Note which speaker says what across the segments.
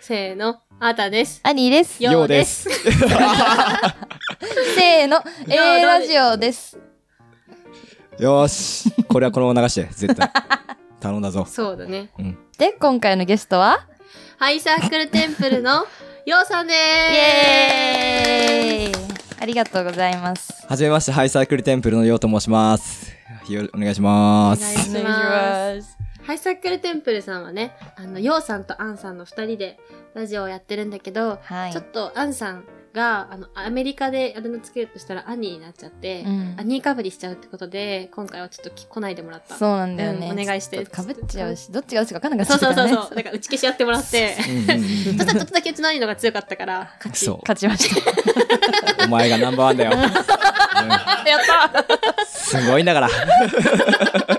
Speaker 1: せーの、あたです。
Speaker 2: 兄です。
Speaker 1: ようです。
Speaker 2: せーの、
Speaker 1: よど
Speaker 2: A
Speaker 1: う
Speaker 2: ラ
Speaker 1: で
Speaker 2: ジオです。
Speaker 3: よーし。これはこのまま流して、絶対。頼んだぞ。
Speaker 1: そうだね。
Speaker 2: で、今回のゲストは、
Speaker 1: ハイサークルテンプルのようさんで
Speaker 2: イ
Speaker 1: ーす。
Speaker 2: エーイありがとうございます。。
Speaker 3: はじめまして、ハイサークルテンプルのようと申します。よ、お願いしま
Speaker 1: お
Speaker 3: す
Speaker 1: 願。いしますハイサークルテンプルさんはね、あの、ようさんとアンさんの二人でラジオをやってるんだけど、
Speaker 2: はい
Speaker 1: ちょ。っとアンさんが、あの、アメリカであれのつけるとしたら兄になっちゃって、
Speaker 2: うん
Speaker 1: アニーかぶりしちゃうってことで、今回はちょっと来来ないでもらった。
Speaker 2: そうなんだよね。
Speaker 1: うんお願いして
Speaker 2: かぶっちゃうし、どっちがどっちか分かんなか
Speaker 1: そ
Speaker 2: っ
Speaker 1: う
Speaker 2: ち
Speaker 1: そうそ
Speaker 2: ゃうか
Speaker 1: う
Speaker 2: らね。
Speaker 1: そう。だから打ち消しやってもらって、
Speaker 3: う
Speaker 1: そ
Speaker 3: んうん
Speaker 1: したらちょっとだけうちの兄のが強かったから、
Speaker 3: うん
Speaker 1: 勝ち。
Speaker 3: そ
Speaker 2: 勝ちました。
Speaker 3: う。お前がナンバーワンだよ。うん
Speaker 2: やった
Speaker 3: すごいんだから。
Speaker 1: は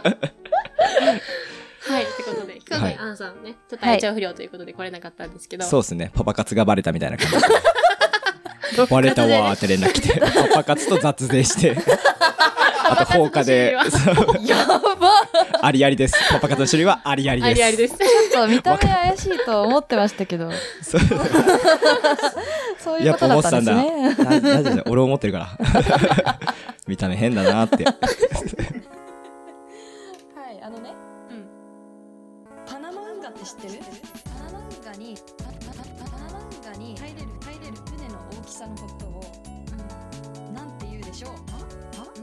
Speaker 1: い、ってことで、今日
Speaker 3: はい
Speaker 1: ね、アンさんね、ちょっと体調不良ということで来れなかったんですけど、
Speaker 3: そうっすね。パパ活がバレたみたいな感じ。バレたわーって連絡来て。 パパ活と雑税して。あと放火で
Speaker 1: パパ、
Speaker 3: そう
Speaker 2: やば
Speaker 3: ありありです。パパ活の種類はあ りありです。
Speaker 1: ありありです。
Speaker 2: そう、見た目怪しいと思ってましたけど、
Speaker 3: そう
Speaker 2: そうい
Speaker 3: や
Speaker 2: う
Speaker 3: っ
Speaker 2: ことだ
Speaker 3: ぱ思
Speaker 2: っ
Speaker 3: って
Speaker 2: たん
Speaker 3: た
Speaker 2: です
Speaker 3: んだ。
Speaker 2: ね。
Speaker 3: 大大丈夫だよ俺思ってるから。見た目変だなって。
Speaker 2: はい、あのね、
Speaker 1: うん
Speaker 2: パナマ運河って知ってるパナマ運河にパパパパナマ運河に入れる入れる船の大きさのことを、なんて言うでしょう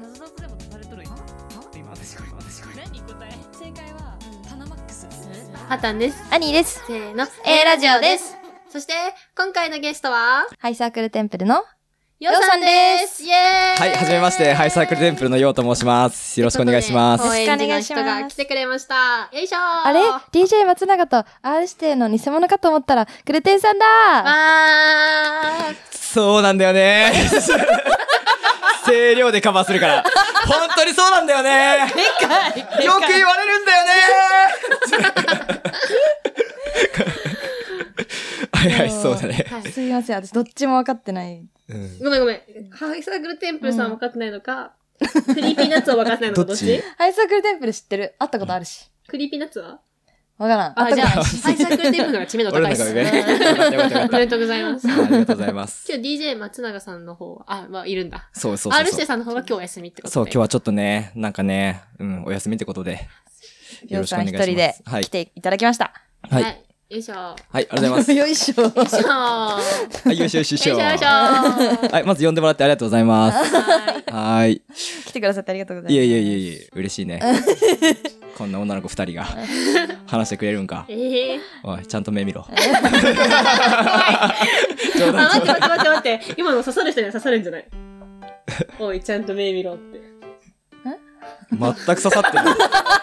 Speaker 4: 謎だとでも出されとるやん
Speaker 3: 今私これ私こ
Speaker 4: 何答え
Speaker 2: 正解は、パナマックス
Speaker 1: ハタンです。
Speaker 2: アニーです
Speaker 1: せーの、
Speaker 2: A ラジオです
Speaker 1: そして、今回のゲストは、
Speaker 2: ハイサークルテンプルの
Speaker 1: ようさんですイエーイ
Speaker 3: はい、はじめまして、ハイサークルテンプルのようと申します。よろしくお願いします。
Speaker 1: 公
Speaker 2: よろしく
Speaker 1: 園
Speaker 2: お
Speaker 1: 寺
Speaker 2: 願
Speaker 1: の
Speaker 2: いし
Speaker 1: 人
Speaker 2: ます
Speaker 1: が来てくれました。よいしょー
Speaker 2: あれ DJ 松永と R 指定の偽物かと思ったらグルテンさんだ
Speaker 1: わー
Speaker 3: そうなんだよね。 声量でカバーするから。本当にそうなんだよね。よく言われるんだ よね。はいはい、そうだね。
Speaker 1: はい
Speaker 2: すいません私どっちも分かってない
Speaker 3: うん
Speaker 1: ごめんごめん。ハイサークルテンプルさん分かってないのか、クリーピーナッツは分かってないのか、ど
Speaker 3: ど
Speaker 1: っ
Speaker 3: っ
Speaker 1: ち
Speaker 3: ち
Speaker 2: ハイサークルテンプル知ってる会ったことあるし
Speaker 1: クリーピーナッツは
Speaker 2: 分からん
Speaker 1: あ、
Speaker 2: 会っ
Speaker 1: じゃあ、
Speaker 2: たこと
Speaker 1: ハ
Speaker 2: あ
Speaker 1: イ
Speaker 2: る
Speaker 1: サークルテンプルの方が知名度
Speaker 3: 俺
Speaker 1: 高
Speaker 3: の
Speaker 1: いで
Speaker 3: 中
Speaker 1: す。
Speaker 3: 上。 よかったよかったよ
Speaker 1: お
Speaker 3: か
Speaker 1: めで
Speaker 3: っ
Speaker 1: とうございます。
Speaker 3: た。ありがとうございます。
Speaker 1: 今日 DJ 松永さんの方は、あ、まあ、いるんだ。
Speaker 3: そうそうそうそう。
Speaker 1: R してさんの方が今日お休みってことで。
Speaker 3: そう、今日はちょっとね、なんかね、うん、お休みってことで。よろしくお
Speaker 2: さん
Speaker 3: 願
Speaker 2: 一
Speaker 3: いし ます。
Speaker 2: 人で
Speaker 3: はい
Speaker 2: 来。ていただきました、
Speaker 3: は。
Speaker 1: はいい。
Speaker 3: はい、
Speaker 1: よいしょ。よ
Speaker 3: ありがとうございます。
Speaker 2: よいしょ
Speaker 1: いしょ。よ
Speaker 3: はい、よいしょよいしょ
Speaker 1: いしょ。よいしょ。
Speaker 3: は、
Speaker 1: はい
Speaker 3: まず呼んでもらってありがとうございます。
Speaker 1: い
Speaker 3: はーい。
Speaker 2: 来てくださってありがとうございます
Speaker 3: いえいえい えいえ、嬉しいね。 こんな女の子二人が話してくれるんか。
Speaker 1: ええ。
Speaker 3: おい、ちゃんと目見ろ。
Speaker 1: あ、待って待って待って待って。今の刺さる人には刺さるんじゃない おい、ちゃんと目見ろって。
Speaker 3: 全く刺さってない。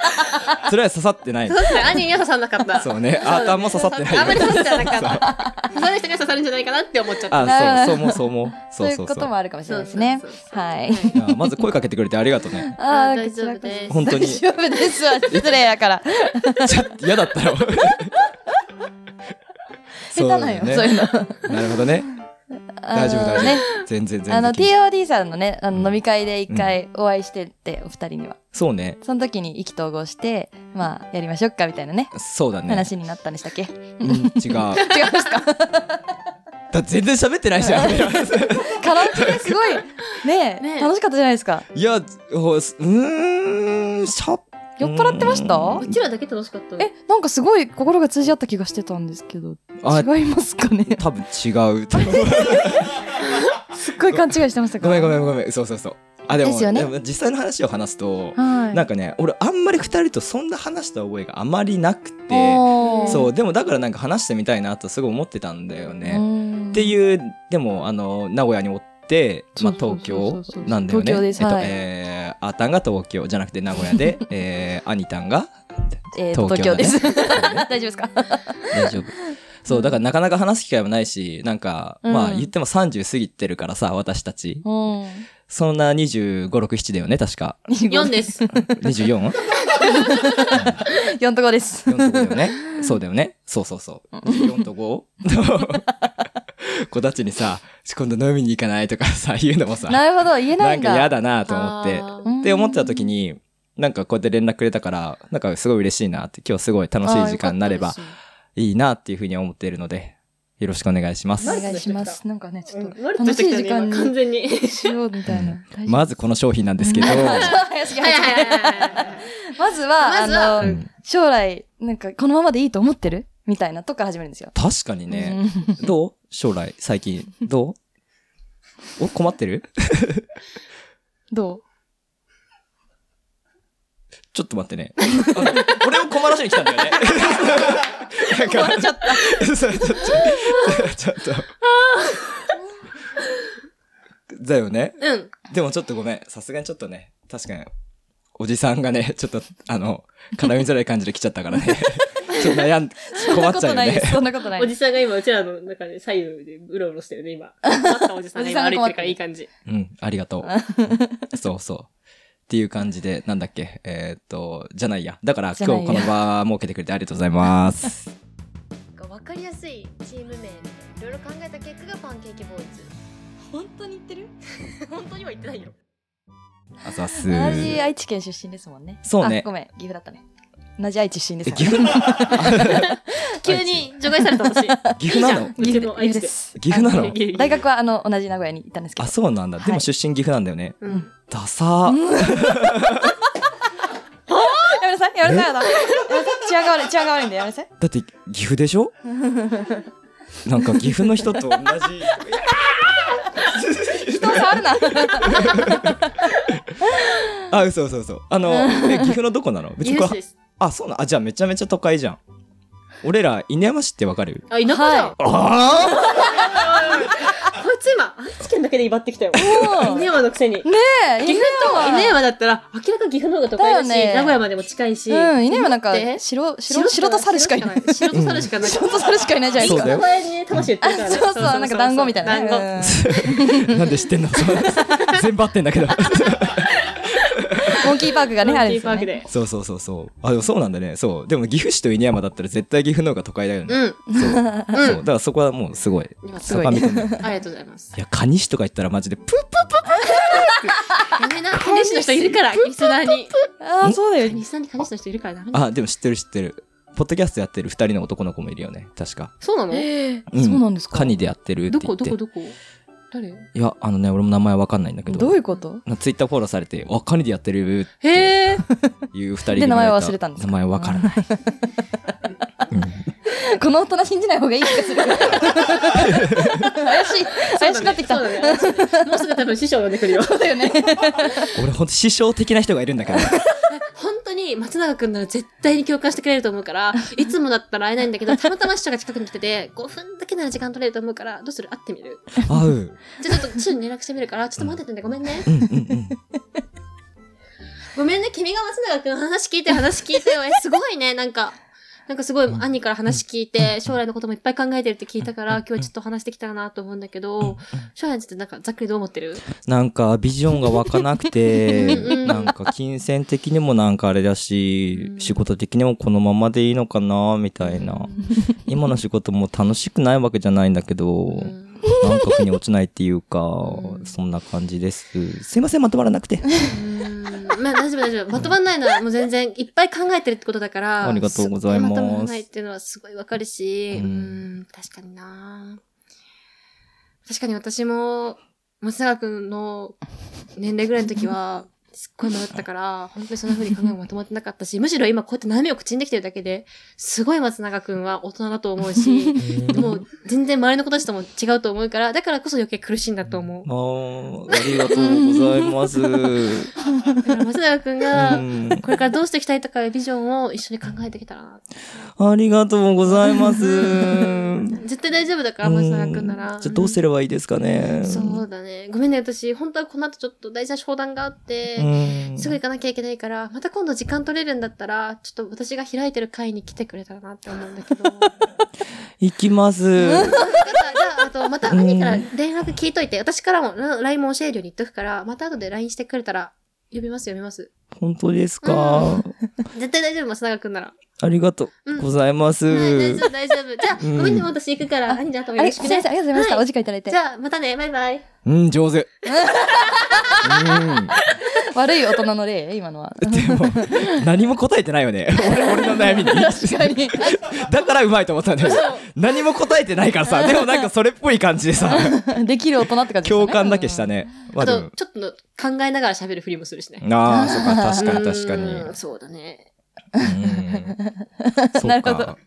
Speaker 3: それは刺さってない。
Speaker 1: 刺さってない。兄には刺さなかった。
Speaker 3: そうね。あーたんも刺さってない。
Speaker 1: あんまり刺さってなかった。刺さる人には刺さるんじゃないかなって思っちゃった。
Speaker 3: あ、そう、そう思う、そう思う。
Speaker 2: そ
Speaker 3: そうう
Speaker 2: いう
Speaker 3: そう
Speaker 2: こ
Speaker 3: そ
Speaker 2: とも
Speaker 3: う。
Speaker 2: あるかもしれないですね
Speaker 1: そうそうそう
Speaker 2: はい
Speaker 1: はい
Speaker 3: いやまず声かけてくれてありがとうね。
Speaker 2: あ
Speaker 1: あ
Speaker 2: ー
Speaker 1: 大丈夫です
Speaker 2: こ
Speaker 3: 本当に。
Speaker 2: ちらこそ大丈夫ですわ失礼やから
Speaker 3: ちょっと嫌 だったろ。
Speaker 2: 下手なんよそう,、いう の
Speaker 3: なるほどね。大丈夫、大
Speaker 2: あの
Speaker 3: 丈
Speaker 2: ね
Speaker 3: 夫。全然、全然。
Speaker 2: あの TOD さんのねあの飲み会で一
Speaker 3: うん
Speaker 2: 回お会いしてて、お二人には
Speaker 3: そうね。
Speaker 2: その時に意気投合してまあやりましょうかみたいなね
Speaker 3: そうだね。
Speaker 2: 話になったんでしたっけ、
Speaker 3: うん、違
Speaker 2: 違
Speaker 3: う。だ
Speaker 2: いますか
Speaker 3: 全然喋ってないじゃ ん。
Speaker 2: カラオケですごいねえ
Speaker 1: ねえ
Speaker 2: 楽しかったじゃないですか
Speaker 3: いや、ほうすうーん、しゃ
Speaker 2: 酔っ払ってました
Speaker 3: う
Speaker 1: うちらだけ楽しかったの。
Speaker 2: えなんかすごい心が通じ合った気がしてたんですけど
Speaker 3: あ、
Speaker 2: 違いますか ね
Speaker 3: 多分違うと思う。
Speaker 2: すっごい勘違いしてましたか
Speaker 3: ごめんごめんごめん。そうそうそう。あ、でも、
Speaker 2: ですよね
Speaker 3: でも実際の話を話すと、
Speaker 2: はい
Speaker 3: なんかね、俺あんまり二人とそんな話した覚えがあまりなくて、
Speaker 2: おー
Speaker 3: そう、でもだからなんか話してみたいなとすごい思ってたんだよね。
Speaker 2: ね
Speaker 3: っていうでもあの名古屋におって、まあ、
Speaker 2: そう
Speaker 3: 東
Speaker 2: そうそうそ
Speaker 3: 京
Speaker 2: う
Speaker 3: なんだよね。
Speaker 2: 東京です
Speaker 3: えっと
Speaker 2: はい
Speaker 3: えーあーたんが東京じゃなくて名古 屋で、えー、あにたんが
Speaker 2: えーと
Speaker 3: 東
Speaker 2: 東
Speaker 3: 京
Speaker 2: 京
Speaker 3: だ
Speaker 2: で
Speaker 3: ね
Speaker 2: す 大
Speaker 3: 大
Speaker 2: 丈夫ですか
Speaker 3: 丈夫。そうだからなかなか話す機会もないしなんか、
Speaker 2: うん
Speaker 3: まあ言っても30過ぎてるからさ私たち
Speaker 2: うん
Speaker 3: そんな2 5 6 7だよね確か
Speaker 1: 4です。
Speaker 3: 24?
Speaker 2: 4と5です
Speaker 3: 4と5だよね。そうだよね。そうそうそう。4と 5? 子たちにさ、今度飲みに行かないとかさ、言うのもさ、
Speaker 2: なるほど言えな
Speaker 3: ないん
Speaker 2: んだ
Speaker 3: か嫌だなと思って。
Speaker 1: あー
Speaker 3: って思ってた
Speaker 2: 時
Speaker 3: 時に、なんかこうやって連絡くれたから、なんかすごい嬉しいなって、今日すごい楽しい時間になればいいなっていうふうに思っているので、よろしくお願いしま
Speaker 4: お
Speaker 3: す。
Speaker 1: なる
Speaker 4: 願いします。なんかね、ちょっ
Speaker 1: うん
Speaker 4: と
Speaker 1: 悪く
Speaker 4: 楽
Speaker 1: し
Speaker 4: し
Speaker 1: て
Speaker 4: い
Speaker 1: きた
Speaker 4: 時
Speaker 1: ね
Speaker 4: 間
Speaker 1: 今完
Speaker 4: に
Speaker 1: 全に
Speaker 4: しようみたいな。大丈夫
Speaker 3: まずこの商品なんですけ ど、
Speaker 4: 林が入っちゃったまずは、
Speaker 5: まずは
Speaker 4: あ
Speaker 3: う
Speaker 4: の、
Speaker 3: ん
Speaker 4: 将来、なんか、このままでいいと思ってるみたいなとこから始めるんですよ。
Speaker 3: 確かにね、どう将来、最近、どうお、困ってる
Speaker 4: ど
Speaker 3: ちょっと待ってね。あ俺を困らせに来たんだよね。なんか、ちょっと。 ちょっと。ちょっと。だよね。
Speaker 1: うん。
Speaker 3: でもちょっとごめん。さすがにちょっとね、確かに、おじさんがね、ちょっと、あの、絡みづらい感じで来ちゃったから ね。ちょっと悩ん、
Speaker 4: うそん
Speaker 3: 困
Speaker 4: な
Speaker 3: っ
Speaker 4: こ
Speaker 3: ちゃうよ
Speaker 4: とないで
Speaker 3: ね
Speaker 4: す。。そんなことない
Speaker 1: お
Speaker 4: です
Speaker 1: じさんが今、うちらの中で左右でうろうろしてるね、 今。困ったおじさんが今歩いてるからいい感じ。
Speaker 3: うん、ありがとう。そうそう。っていう感じで、なんだっけ、えーっと、じゃないや。だから
Speaker 4: じゃな
Speaker 3: 今
Speaker 4: い
Speaker 3: 日
Speaker 4: や
Speaker 3: この場設けてくれてありがとうございます。
Speaker 6: が分かりやすいチーム名みたいないろいろ考えた結果がパンケーキボーイズ
Speaker 4: 本当に言ってる
Speaker 6: 本当には言ってないよ
Speaker 3: あざっす。
Speaker 4: 同じ愛知県出身ですもんね。
Speaker 3: そうね
Speaker 4: あごめん、岐阜だったね。同じ愛知出身です
Speaker 3: え
Speaker 4: も
Speaker 3: 岐
Speaker 4: んね。
Speaker 3: 阜な
Speaker 1: 急に除外された 私。
Speaker 3: 岐阜なの
Speaker 1: いいじゃんうちも
Speaker 4: 岐
Speaker 1: 愛知
Speaker 4: 阜で。
Speaker 1: です
Speaker 3: 岐阜な
Speaker 4: あ
Speaker 3: の
Speaker 1: ギリギリ
Speaker 4: 大学は、あの、同じ名古屋にいたんですけ
Speaker 3: あ、
Speaker 4: ど。
Speaker 3: そうなんだ。で
Speaker 4: は
Speaker 3: も
Speaker 4: い
Speaker 3: 出身岐阜なんだよね。
Speaker 1: うん。
Speaker 3: ダサー。
Speaker 4: やめなさい、やめなさい、やめなさいやめなさい。治安が悪い、治安が悪いんで、やめなさい。
Speaker 3: だって岐阜でしょなんか岐阜の人と同じ。
Speaker 4: 人を触るな。
Speaker 3: あ、嘘嘘嘘。あの、え岐阜のどこなの別
Speaker 1: 岐
Speaker 3: に
Speaker 1: 阜市です。
Speaker 3: あ、そうなんあ、じゃあめちゃめちゃ都会じゃん。俺ら、犬山市ってわかる
Speaker 1: あ、田舎じゃん。
Speaker 4: は
Speaker 3: あ
Speaker 1: こいつ今、愛知県だけで威張ってきたよ。
Speaker 4: もう
Speaker 1: 犬山のくせに。
Speaker 4: ねえ、
Speaker 1: 岐阜と犬山だったら、明らかに岐阜の方が都会だし、
Speaker 4: だよね
Speaker 1: 名古屋までも近いし。
Speaker 4: うん、犬はなんか
Speaker 1: だって、
Speaker 4: 白、白、白と猿しかいない。
Speaker 1: 白と猿しかない。
Speaker 4: 白と猿しかいないじゃないで
Speaker 3: そ
Speaker 4: す
Speaker 3: う
Speaker 4: か。
Speaker 3: だよ
Speaker 1: お前にね、魂言ってるから
Speaker 4: あ
Speaker 1: ね。
Speaker 4: そうそう、なんか団子みたいなね。
Speaker 1: 団子。
Speaker 3: ーなんで知ってんのそう全部合ってんだけど。
Speaker 4: うんモンキーパークがね、あ
Speaker 1: モン
Speaker 4: れ
Speaker 1: キー
Speaker 4: です
Speaker 1: パ
Speaker 4: よ
Speaker 1: ーク
Speaker 4: ね。
Speaker 1: で。
Speaker 3: そうそうそうそう。あ、でもそうなんだね。そう。でも岐阜市と犬山だったら絶対岐阜の方が都会だよね。
Speaker 1: うん。
Speaker 3: そう
Speaker 1: う
Speaker 3: だからそこはもうすごい。
Speaker 1: ん。今す
Speaker 4: ごい
Speaker 3: 坂見込んでる
Speaker 1: ありがとうございます。
Speaker 3: いや、蟹市とか行ったらマジでプッ
Speaker 1: やめな、彼氏の人いる から、リスナーに。
Speaker 4: ああ、そうだよ。
Speaker 1: リスナーに彼氏の人いるからダメだ。
Speaker 3: あ、でも知ってる知ってる。ポッドキャストやってる二人の男の子もいるよね。確か。
Speaker 1: そうなの
Speaker 4: えーそうなんですか
Speaker 3: カニでやってるって
Speaker 1: ど
Speaker 3: 言
Speaker 1: こ
Speaker 3: って。
Speaker 1: どこどこ誰
Speaker 3: いや、あのね、俺も名前わかんないんだけど。
Speaker 4: どういうこと
Speaker 3: なツイッターフォローされて、あ、カニでやってるって
Speaker 1: へえ。
Speaker 3: いう二人
Speaker 4: で名前忘れたんですか
Speaker 3: 名前わからない。
Speaker 4: この大人信じない方がいい気がする。怪しい。怪しくなってきた。
Speaker 1: そ
Speaker 4: そう
Speaker 1: だねそうだねもうすぐ多分師匠呼んでくるよ。
Speaker 4: うだよね。
Speaker 3: 俺ほんと師匠的な人がいるんだけど。
Speaker 1: 本当に松永くんなら絶対に共感してくれると思うから、いつもだったら会えないんだけど、たまたま師匠が近くに来てて、5分だけなら時間取れると思うから、どうする会ってみる
Speaker 3: 合う。
Speaker 1: じゃあちょっと師匠に連絡してみるから、ちょっと待っててね、ごめんね。
Speaker 3: うんうんうん。
Speaker 1: ごめんね、君が松永くん話聞いて、話聞いてよ。え、すごいね、なんか。なんかすごい兄から話聞いて、将来のこともいっぱい考えてるって聞いたから、今日はちょっと話してきたらなと思うんだけど、将来についてなんかざっくりどう思ってる
Speaker 3: なんかビジョンが湧かなくて、
Speaker 1: うんうん
Speaker 3: なんか金銭的にもなんかあれだし
Speaker 1: う、ん
Speaker 3: 仕事的にもこのままでいいのかな、みたいな。今の仕事も楽しくないわけじゃないんだけど、
Speaker 1: うん
Speaker 3: なんか腑に落ちないっていうか、
Speaker 1: ん
Speaker 3: そんな感じです。すいません、まとまらなくて。
Speaker 1: うんまあ大丈夫大丈夫。まとまんないのはもう全然いっぱい考えてるってことだから。
Speaker 3: ありがとうございます
Speaker 1: っごまとまらないっていうのはすごいわかるし、う
Speaker 3: う
Speaker 1: んん、確かにな確かに私も、松永くんの年齢ぐらいの時は、すっごい迷った から、本当にそんな風に考えもまとまってなかったし、むしろ今こうやって悩みを口にできてるだけで、すごい松永くんは大人だと思う し、もう全然周りの子たちとも違うと思うから、だからこそ余計苦しいんだと思う。
Speaker 3: あーありがとうございます。う
Speaker 1: だから松永くんが、
Speaker 3: ん
Speaker 1: これからどうしていきたいとかいうビジョンを一緒に考えてきたらな。
Speaker 3: ありがとうございます。
Speaker 1: 絶対大丈夫だから、松永くんな
Speaker 3: う
Speaker 1: ら。
Speaker 3: じゃあどうすればいいですかね。
Speaker 1: そうだね。ごめんね、私、本当はこの後ちょっと大事な商談があって、
Speaker 3: ん
Speaker 1: すぐ行かなきゃいけないから、また今度時間取れるんだったら、ちょっと私が開いてる会に来てくれたらなって思うんだけ ど。だから
Speaker 3: 行きます。
Speaker 1: じゃあ、あと、また兄から連絡聞いといて、私からもな LINE も教えるように言っとくから、また後で LINE してくれたら、呼びます、呼びます。
Speaker 3: 本当ですか。
Speaker 1: 絶対大丈夫、松永くんなら。
Speaker 3: ありがとうございます。
Speaker 1: はい、大丈夫、大丈夫。じゃあ、
Speaker 3: うん
Speaker 1: ごめんね、私行くから、兄ちゃんともよ
Speaker 4: あれ、
Speaker 1: ろ
Speaker 4: す
Speaker 1: し
Speaker 4: み
Speaker 1: く
Speaker 4: ません、
Speaker 1: ね
Speaker 4: あり。がとうございました。
Speaker 1: はい
Speaker 4: お時間いただいて
Speaker 1: じ。ゃあ、またね、バイバイ。
Speaker 3: うん、上手。うん。
Speaker 2: 悪い大人の例今のは
Speaker 3: でも何も答えてないよね俺俺の悩みに
Speaker 2: 確かに
Speaker 3: だからうまいと思ったんだよ何も答えてないからさでもなんかそれっぽい感じでさ
Speaker 2: できる大人って感じですね
Speaker 3: 共感だけしたね、
Speaker 1: あ
Speaker 3: まあで
Speaker 1: と、
Speaker 3: も
Speaker 1: ちょっとの考えながら喋るふりもするしね。
Speaker 3: ああそっか確かに確かに
Speaker 1: うんそうだね。
Speaker 3: うんそ
Speaker 2: な
Speaker 3: っ
Speaker 2: るほ
Speaker 3: か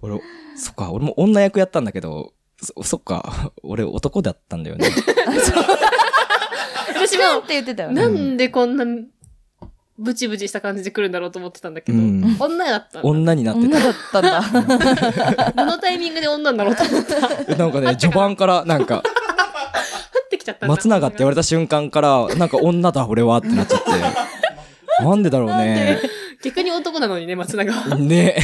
Speaker 3: 俺そっか俺も女役やったんだけどそそっか俺男だったんだよね
Speaker 2: 私もって言ってたよね
Speaker 1: なんでこんな、ブチブチした感じで来るんだろうと思ってたんだけど、
Speaker 3: うん
Speaker 1: 女だったんだ
Speaker 3: 女になって
Speaker 2: 女だったんだ
Speaker 1: どのタイミングで女になろうと思った降
Speaker 3: たなんかね序盤からなんか
Speaker 1: ってきちゃったんだ。
Speaker 3: 松永って言われた瞬間からなんか女だ俺はってなっちゃってなんでだろうね
Speaker 1: 逆に男なのにね、松永は。っ
Speaker 3: ね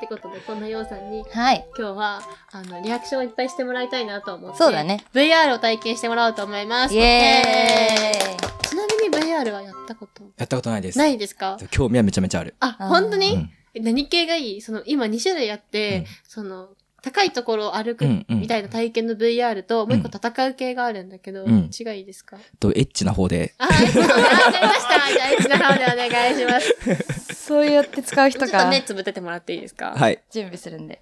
Speaker 1: てことで、こんなようさんに
Speaker 2: はい
Speaker 1: 今日は、あの、リアクションをいっぱいしてもらいたいなと思って。
Speaker 2: そうだ。ね
Speaker 1: VR を体験してもらおうと思います。
Speaker 2: イエ
Speaker 1: イエーイちなみに VR はやったこと
Speaker 3: やったことないです
Speaker 1: ないですか
Speaker 3: 興味はめちゃめちゃある、
Speaker 1: あ、
Speaker 2: あー
Speaker 1: 本当
Speaker 3: う
Speaker 1: に、
Speaker 3: ん、
Speaker 1: 何系がいいその今2種類あって、
Speaker 3: うん
Speaker 1: その高いところを歩く
Speaker 3: うんうん
Speaker 1: みたいな体験の VR と、もう一個
Speaker 3: うん
Speaker 1: 戦う系があるんだけど、
Speaker 3: うん
Speaker 1: 違いいですか
Speaker 3: とエッチな方で
Speaker 1: あ、えっと、わかりました。じゃあ、エッチな方でお願いします。
Speaker 2: そうやって使 う
Speaker 1: ちょ
Speaker 2: 人
Speaker 1: っと
Speaker 2: か
Speaker 1: 目つぶっててもらっていいですか
Speaker 3: はい
Speaker 2: 準備するんで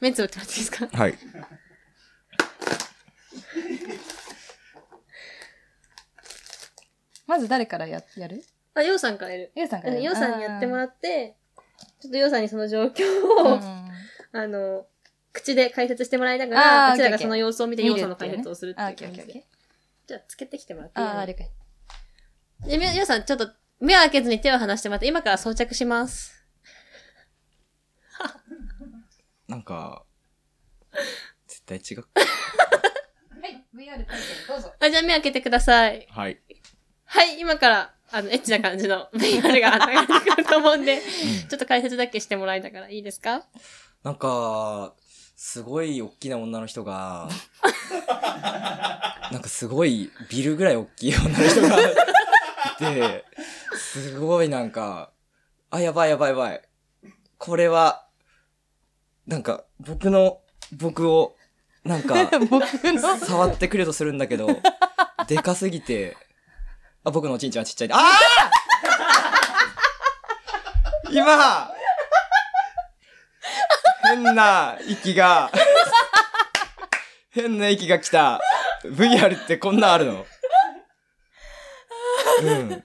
Speaker 1: 目つぶってもらっていいですか
Speaker 3: はい
Speaker 2: まず誰からややる
Speaker 1: あ、ようさんからやる。
Speaker 2: ゆうさんか
Speaker 1: う
Speaker 2: ら
Speaker 1: ん、ようさんにやってもら
Speaker 2: っ
Speaker 1: って、ちょっとようさんにその状況を、あの、口で解説してもらいながら、
Speaker 2: あー
Speaker 1: うちらが
Speaker 2: オッケー
Speaker 1: その様子を見て、
Speaker 2: 見
Speaker 1: よ
Speaker 2: るっ
Speaker 1: う
Speaker 2: て
Speaker 1: さ
Speaker 2: いうんね
Speaker 1: の解説をするってい
Speaker 2: あオッ
Speaker 1: う
Speaker 2: ケーオ
Speaker 1: 感
Speaker 2: ッケ
Speaker 1: じ
Speaker 2: ーオッ
Speaker 1: で
Speaker 2: ケ。
Speaker 1: じゃあ、つけてきてもらって
Speaker 2: ー
Speaker 1: いい
Speaker 2: ああ了解
Speaker 1: で、みよさん、ちょっと、目を開けずに手を離してもらって、今から装着します。
Speaker 3: なんか絶対違う
Speaker 2: はい VR 体験どうぞ
Speaker 1: あ、じゃあ目開けてください。
Speaker 3: はい
Speaker 1: はい、今から、あの、エッチな感じの VR が流れてくると思うんで、ちょっと解説だけしてもらえたからいいですか
Speaker 3: なんか、すごい大きな女の人が、なんかすごいビルぐらい大きい女の人がいて、すごいなんか、あ、やばいやばいやばい。これは、なんか僕の、僕を、なんか、
Speaker 2: 僕の
Speaker 3: 触ってくれとするんだけど、でかすぎて、あ、僕のおちんちんはちっちゃい。あー 今変な息が、変な息が来た。VR ってこんなんあるのうん。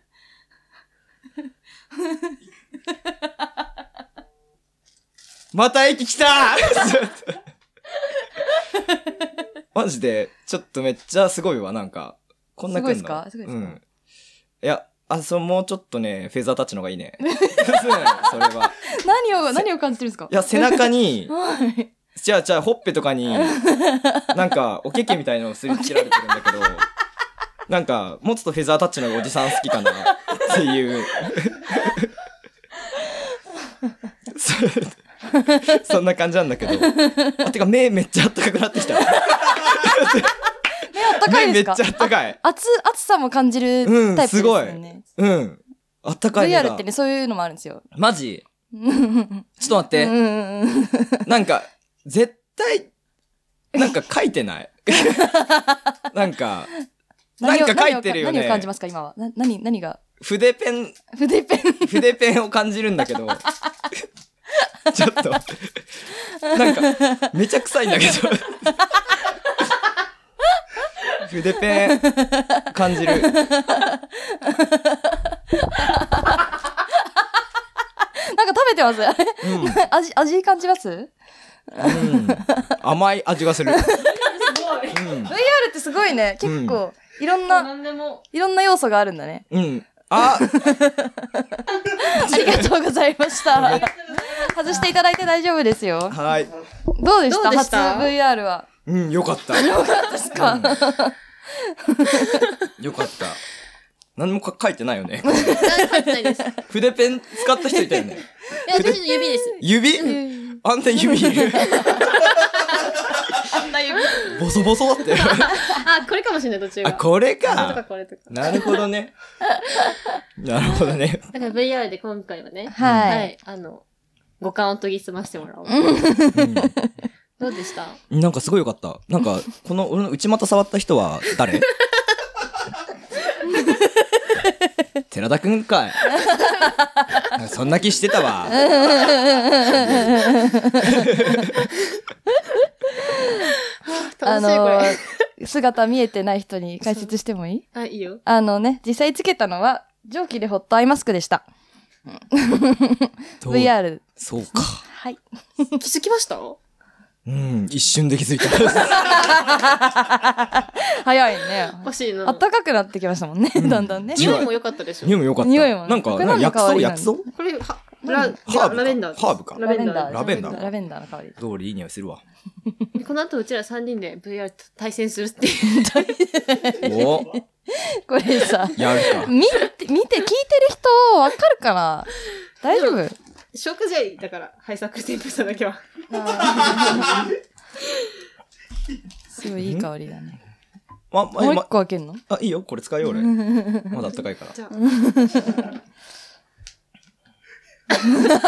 Speaker 3: また 息来たマジで、ちょっとめっちゃすごいわ、なんか。こんな来んの
Speaker 2: すごいっすかすごいっすか
Speaker 3: うん。いや、あ、そう、もうちょっとね、フェザータッチの方がいいね。 うんそれは。
Speaker 2: 何を何を感じてるんですか
Speaker 3: いや、背中に、
Speaker 2: はい
Speaker 3: じゃあ、じゃあ、ほっぺと かに、なんか、おけけみたいのをすり切られてるんだけど、なんか、もうちょっとフェザータッチの方がおじさん好きかな、っていう。 そそんな感じなんだけど。あ、てか、目めっちゃあったかくなってきた。
Speaker 2: 目あったかい
Speaker 3: 目
Speaker 2: で
Speaker 3: めっ
Speaker 2: すか
Speaker 3: ちゃあったかい。
Speaker 2: あ熱熱さも感じるタイプですよね、
Speaker 3: うん。あったかい目が。
Speaker 2: VR ってねそういうのもあるんですよ
Speaker 3: マジちょっと待っ
Speaker 2: う
Speaker 3: て。
Speaker 2: んうんうん
Speaker 3: なんか、絶対、なんか書いてない。 なんか、なん
Speaker 2: 何を
Speaker 3: か書いてるよ
Speaker 2: 何を
Speaker 3: ね
Speaker 2: 感。じますか今はな何何が
Speaker 3: 筆ペン、
Speaker 2: 筆ペン
Speaker 3: 筆ペンを感じるんだけど。 ちょっと、なんか、めちゃ臭いんだけど。 筆ペン、感じる。
Speaker 2: なんか食べてますあれ
Speaker 3: うん。
Speaker 2: 味味感じます ?VR
Speaker 3: うん、甘い味がする。
Speaker 2: ってすごいね結構、いろんな
Speaker 1: 何でも。
Speaker 2: いろんな要素があるんだね
Speaker 3: うん。うん。あ、
Speaker 2: ありがとうございま した外していただいて大丈夫ですよ
Speaker 3: はい。
Speaker 2: どうでした
Speaker 1: どうでした
Speaker 2: 初 VR は
Speaker 3: うん、よかった。 よかったです
Speaker 2: か
Speaker 3: よかった。何もか書いてないよ ね。
Speaker 1: 書いてない です。いや、
Speaker 3: 筆ペン使った人いたよね。
Speaker 1: 私の指です。
Speaker 3: 指あんな 指いる。
Speaker 1: あんな指。
Speaker 3: ボソボソって。
Speaker 1: あ、これかもしれない、途中
Speaker 3: あ、
Speaker 1: が。
Speaker 3: これ
Speaker 1: これとか
Speaker 3: か。
Speaker 1: これとか。
Speaker 3: なるほどね。なるほどね。
Speaker 1: だから VR で今回はね、
Speaker 2: はい、
Speaker 1: はい、あの、五感を研ぎ澄ましてもらおう。 どうでした
Speaker 3: うんなんかすごいよかった。なんか、この、俺の内股触った人は誰寺田くんかいなんかそんな気してた わ
Speaker 2: あ
Speaker 1: 楽しいこれ。
Speaker 2: の、姿見えてない人に解説してもいい
Speaker 1: あ、いいよ。
Speaker 2: あのね、実際つけたのは、蒸気でホットアイマスクでした。
Speaker 3: どう
Speaker 2: VR。
Speaker 3: そうか
Speaker 2: はい。
Speaker 1: 気づきました
Speaker 3: うん一瞬で気づいた
Speaker 2: 早い ね。
Speaker 1: おかしいな。
Speaker 2: あったかくなってきましたもんね、
Speaker 3: うん
Speaker 2: だんだんね。
Speaker 3: じゅ
Speaker 1: 匂いも良かったでしょ
Speaker 3: 匂いもよかった
Speaker 2: 匂いもね
Speaker 3: なんか
Speaker 2: これ何の
Speaker 3: 薬
Speaker 2: 香
Speaker 3: 草
Speaker 2: りな
Speaker 3: 薬
Speaker 2: の
Speaker 3: 草
Speaker 1: これ、は、ラ、
Speaker 3: ハーブか
Speaker 1: ラベンダーです。
Speaker 3: ハーブか
Speaker 1: ラベンダー
Speaker 3: ラベンダー
Speaker 2: ラベンダーの香り。
Speaker 3: 通りいい匂いするわ
Speaker 1: でこの後、うちら3人で VR と対戦する っていう。
Speaker 3: お
Speaker 2: これさ、
Speaker 3: やるか
Speaker 2: 見て、見て、聞いてる人、わかるかな大丈夫
Speaker 1: 消化剤だから、ハイサック添付しただけは。
Speaker 2: すごいいい香りだね。
Speaker 3: ま、ま
Speaker 2: もう一
Speaker 3: ま
Speaker 2: 個開けるの
Speaker 3: あ、いいよ、これ使うよ、俺。まだあったかいから。
Speaker 1: じ ゃあ。めっ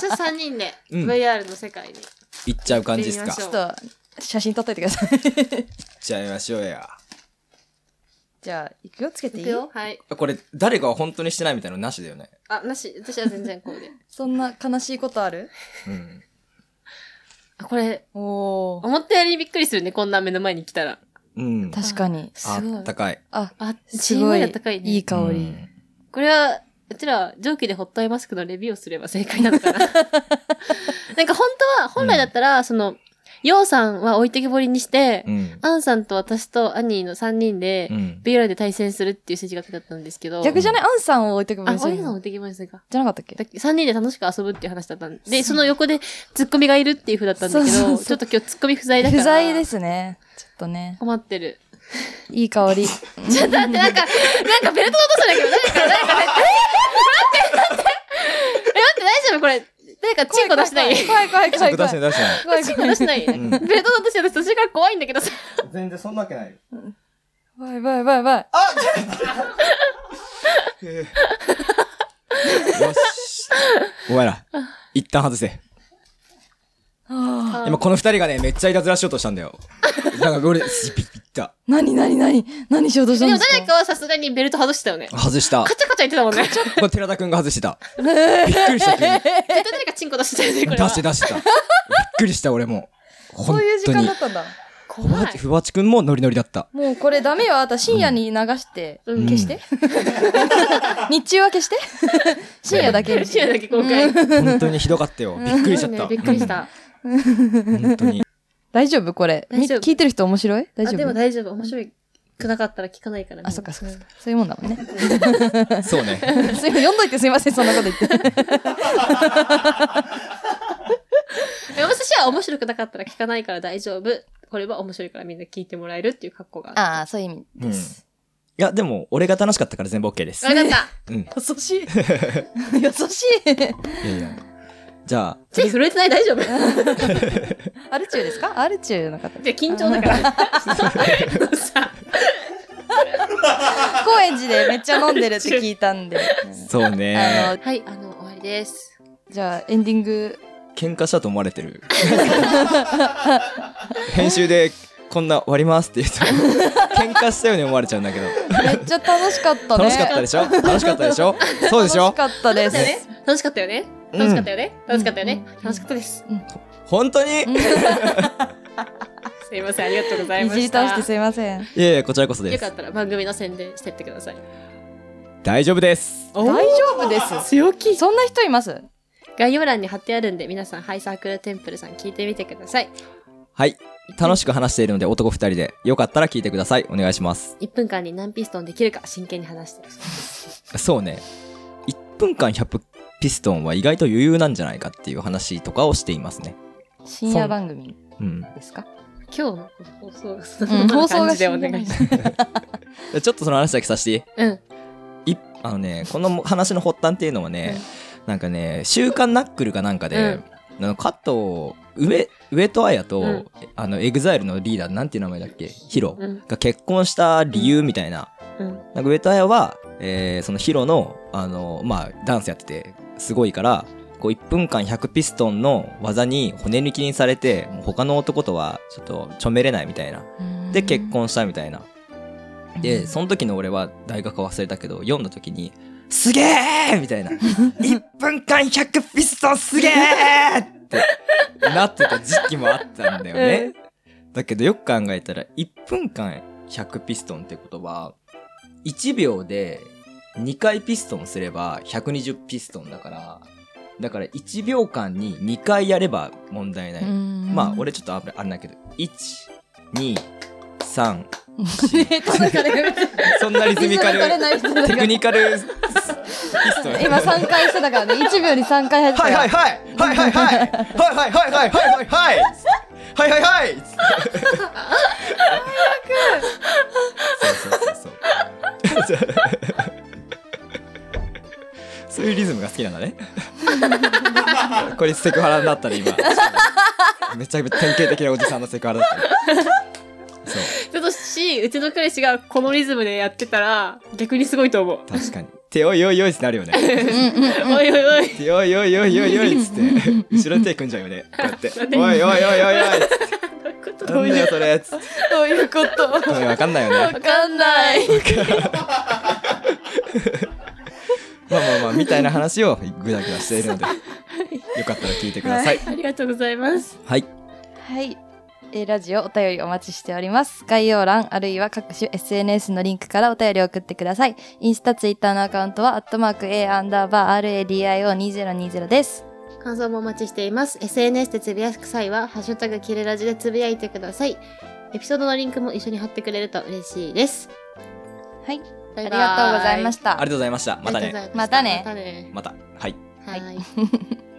Speaker 1: ちゃ3人で
Speaker 3: うん
Speaker 1: VR の世界に。
Speaker 3: 行っちゃう感じっすか。
Speaker 1: 行ってみまし
Speaker 3: 行
Speaker 1: ょ
Speaker 3: っ
Speaker 1: う
Speaker 2: ちょっと、写真撮っといてください。
Speaker 3: ちゃいましょうや。
Speaker 2: じゃあ、行くよ、つけてい
Speaker 1: い
Speaker 2: い
Speaker 1: くよ。はい。
Speaker 3: これ、誰かは本当にしてないみたいなのなしだよね。
Speaker 1: あ、なし。私は全然こうで。
Speaker 2: そんな悲しいことある
Speaker 3: うん。
Speaker 1: あ、これ、
Speaker 2: おー。
Speaker 1: 思ったよりびっくりするね。こんな目の前に来たら。
Speaker 3: うん。
Speaker 2: 確かに。
Speaker 1: す
Speaker 3: あ
Speaker 1: ご
Speaker 3: っ
Speaker 1: い
Speaker 3: た。かい。
Speaker 2: あ、
Speaker 1: あ、
Speaker 2: す
Speaker 1: すご
Speaker 2: ご
Speaker 1: い
Speaker 2: い
Speaker 1: 暖かい、ね。
Speaker 2: いい香
Speaker 3: う
Speaker 2: り。
Speaker 3: ん
Speaker 1: これは、うちら、蒸気でホットアイマスクのレビューをすれば正解なの かな。なんか本当は、本来だったら、その、ヨウさんは置いてけぼりにして、
Speaker 3: うん。
Speaker 1: アンさんと私とアニーの3人で
Speaker 3: う、ん。
Speaker 1: ビューラーで対戦するっていう筋書きだったんですけど、
Speaker 2: 逆じゃないアンさんを置いてくも
Speaker 1: あ、
Speaker 2: いいじ
Speaker 1: お
Speaker 2: ゃ
Speaker 1: 兄さん置
Speaker 2: ん。
Speaker 1: いてけぼりにするか。
Speaker 2: じゃなかったっけ
Speaker 1: だ3人で楽しく遊ぶっていう話だったんで、でその横でツッコミがいるっていう風だったんだけど、
Speaker 2: そうそうそう
Speaker 1: ちょっと今日ツッコミ不在だから。
Speaker 2: 不在ですね。ちょっとね。
Speaker 1: 困ってる。
Speaker 2: いい香 り。
Speaker 1: ちょっと待って、なんか、なんかベルトの音するんだけど、誰か、誰か、え待って、待って、え、待って、大丈夫これ、誰かチンコ出してない
Speaker 2: 怖い怖い怖い怖い
Speaker 3: 出
Speaker 2: 怖
Speaker 3: して
Speaker 2: い。
Speaker 3: 出してない。
Speaker 2: 怖い
Speaker 1: チンコ
Speaker 2: 怖い
Speaker 1: 出してないベル
Speaker 3: ん
Speaker 1: トの音して私、途中から怖いんだけどさ。
Speaker 3: 全然そんなわけないよ。
Speaker 2: 怖い怖い怖い怖い。
Speaker 3: よし。お前ら、一旦外せ。
Speaker 2: あ
Speaker 3: 今この二人がね、めっちゃいたずらしようとしたんだよ。なんか俺、ピッピッた。
Speaker 2: ー何何何何しようとした
Speaker 1: で
Speaker 2: ん
Speaker 1: も
Speaker 2: ですか
Speaker 1: 誰かはさすがにベルト外してたよね。
Speaker 3: 外した。
Speaker 1: カチャカチャ言ってたもんね。絶
Speaker 3: これ寺田くんが外して た。びっくりした急に。
Speaker 1: 対誰かチンコ出してたよね、これ
Speaker 3: 出
Speaker 1: は。
Speaker 3: して出してた。びっくりした俺も。
Speaker 2: そ
Speaker 3: 本
Speaker 2: ういう時
Speaker 3: 当
Speaker 2: 間
Speaker 3: に
Speaker 2: だっ。たんだ。
Speaker 1: 怖
Speaker 3: ふわ
Speaker 1: い
Speaker 3: ち。ふわちくんもノリノリだった。
Speaker 2: もうこれダメよ。あなた深夜に流して、
Speaker 1: うん
Speaker 2: 消 して。日中は消 して。深夜だけに。
Speaker 1: シアだけ公開。
Speaker 3: 本当にひどかったよ。びっくりしちゃっ
Speaker 1: ね
Speaker 3: た。
Speaker 1: びっくりした。
Speaker 3: うん。本当に。
Speaker 2: 大丈夫これ。み
Speaker 1: 大丈夫
Speaker 2: 聞いてる人面白い大
Speaker 1: あ、
Speaker 2: 丈
Speaker 1: でも
Speaker 2: 夫
Speaker 1: 大丈夫。面白くなかったら聞かないからね。
Speaker 2: あ、そっかそっかそっか。そういうもんだもんね。
Speaker 3: そうね。
Speaker 2: すいません、読んどいてすいません、そんなこと言って。
Speaker 1: え私は面白くなかったら聞かないから大丈夫。これは面白いからみんな聞いてもらえるっていう格好がある。
Speaker 2: ああ、そういう意味
Speaker 3: うん。いや、でも、俺が楽しかったから全部 OK です。
Speaker 1: わかった。
Speaker 3: うん。
Speaker 2: 優しい。 優しい。
Speaker 3: いやいや。じゃあ、
Speaker 1: 手震えてない大丈夫。で
Speaker 2: アルチューですかアルチューの方。
Speaker 1: 緊張だから。
Speaker 2: 高円寺でめっちゃ飲んでるって聞いたんで。
Speaker 3: そう ね。
Speaker 2: あの、
Speaker 1: はい、あの、終わりです。
Speaker 2: じゃあエンディング。
Speaker 3: 喧嘩したと思われてる。編集で、こんな終わりますって言うと、喧嘩したように思われちゃうんだけど。
Speaker 2: めっちゃ楽しかったね。
Speaker 3: 楽しかったでしょ楽しかったでしょそうでしょ
Speaker 2: 楽しかったで
Speaker 1: 楽しかったよ
Speaker 2: す。
Speaker 1: ね。楽しかったよね。
Speaker 3: うん
Speaker 1: 楽しかったよね。楽しかったよね
Speaker 2: うん。
Speaker 1: 楽しかったです。
Speaker 3: 本当にい
Speaker 1: すいません、ありがとうござい
Speaker 2: い
Speaker 1: ま
Speaker 2: じり
Speaker 1: し
Speaker 2: 倒して
Speaker 1: た。
Speaker 2: すいません。
Speaker 3: えいえ、こちらこそで
Speaker 1: よか
Speaker 3: す
Speaker 1: っ。たら番組の宣伝してってください。
Speaker 3: 大丈夫です。
Speaker 2: 大丈夫です。強気。そんな人います
Speaker 1: 概要欄に貼ってあるんで、皆さん、ハイサークルテンプルさん聞いてみてください。
Speaker 3: はい。楽しく話しているので、男二人で、よかったら聞いてください。お願いします。
Speaker 1: 1分間に何ピストンできるか真剣に話してる。
Speaker 3: そうね。1分間100ピストンは意外と余裕なんじゃないかっていう話とかをしていますね。
Speaker 2: 深夜番組
Speaker 3: うん。
Speaker 2: ですか
Speaker 1: 今日の放送がそ
Speaker 2: うん
Speaker 1: ん
Speaker 2: 放
Speaker 1: な
Speaker 2: 送
Speaker 1: 感
Speaker 2: が
Speaker 1: じで
Speaker 2: 深
Speaker 1: お
Speaker 2: 夜番
Speaker 1: 願い
Speaker 2: 組
Speaker 1: します。
Speaker 3: ちょっとその話だけさせていい
Speaker 1: うん。
Speaker 3: いあのね、この話の発端っていうのはね、なんかね、週刊ナックルかなんかで、あの加藤、上、上戸彩と、
Speaker 1: うん
Speaker 3: あの、エグザイルのリーダー、なんていう名前だっけヒロ
Speaker 1: うん。
Speaker 3: が結婚した理由みたいな。
Speaker 1: うん。
Speaker 3: なんか上戸彩は、えーそのヒロの、あの、まあ、ダンスやってて、すごいから、こう1分間100ピストンの技に骨抜きにされて、もう他の男とはちょっとちょめれないみたいな。で、結婚したみたいな。でその時の俺は大学は忘れたけど読んだ時に「すげえ!」みた いな「1分間100ピストンすげえ!」ってなってた時期もあったんだよね。だけどよく考えたら1分間100ピストンってことは1秒で2回ピストンすれば120ピストンだからだから1秒間に2回やれば問題ない。まあ俺ちょっとあれあれだけど123
Speaker 2: 叩かれる
Speaker 3: そんなリズミカル
Speaker 2: リズミカルな人だから
Speaker 3: テクニカルピストン
Speaker 2: 今3回してたからね1秒に3回入ってた
Speaker 3: はいはいはいはいはいはいはいはいはいはいはいはいはいはいはいつってそうそうそうそうそういうリズムが好きなんだねこれセクハラになったね今めちゃくちゃ典型的なおじさんのセクハラだったねそう
Speaker 1: ちょっとし、うちの彼氏がこのリズムでやってたら、逆にすごいと思う。
Speaker 3: 確かに「ておいおいおい」ってなるよね
Speaker 1: おいおいおい
Speaker 3: 「ておいおいおいおいおい」っつって後ろに手組んじゃうよねこうやって「おいおいおいおいおい」っつって
Speaker 1: どういうこと
Speaker 3: なんだよそれっつって
Speaker 2: どういうことわ
Speaker 3: うん わかんないよね
Speaker 2: かんない
Speaker 3: まあまあまあみたいな話をぐだぐだしているのでよかったら聞いてくだ さい
Speaker 1: ありがとうございます。
Speaker 3: はい
Speaker 2: はい、えーラジオお便りお待ちしております概要欄あるいは各種 SNS のリンクからお便りを送ってくださいインスタツイッターのアカウントはアットマーク A アンダーバー RADIO2020 です
Speaker 1: 感想もお待ちしています。SNS でつぶやく際は、ハッシュタグキレラジでつぶやいてください。エピソードのリンクも一緒に貼ってくれると嬉しいです。
Speaker 2: はいあ
Speaker 1: バ
Speaker 2: り
Speaker 1: イ
Speaker 2: が
Speaker 1: バイ
Speaker 2: とうございまし
Speaker 3: あ
Speaker 2: た
Speaker 3: りがとうございましたまた
Speaker 1: あ
Speaker 3: ね
Speaker 1: りがとうござい
Speaker 2: またね
Speaker 1: またね。
Speaker 3: またはい
Speaker 1: はい。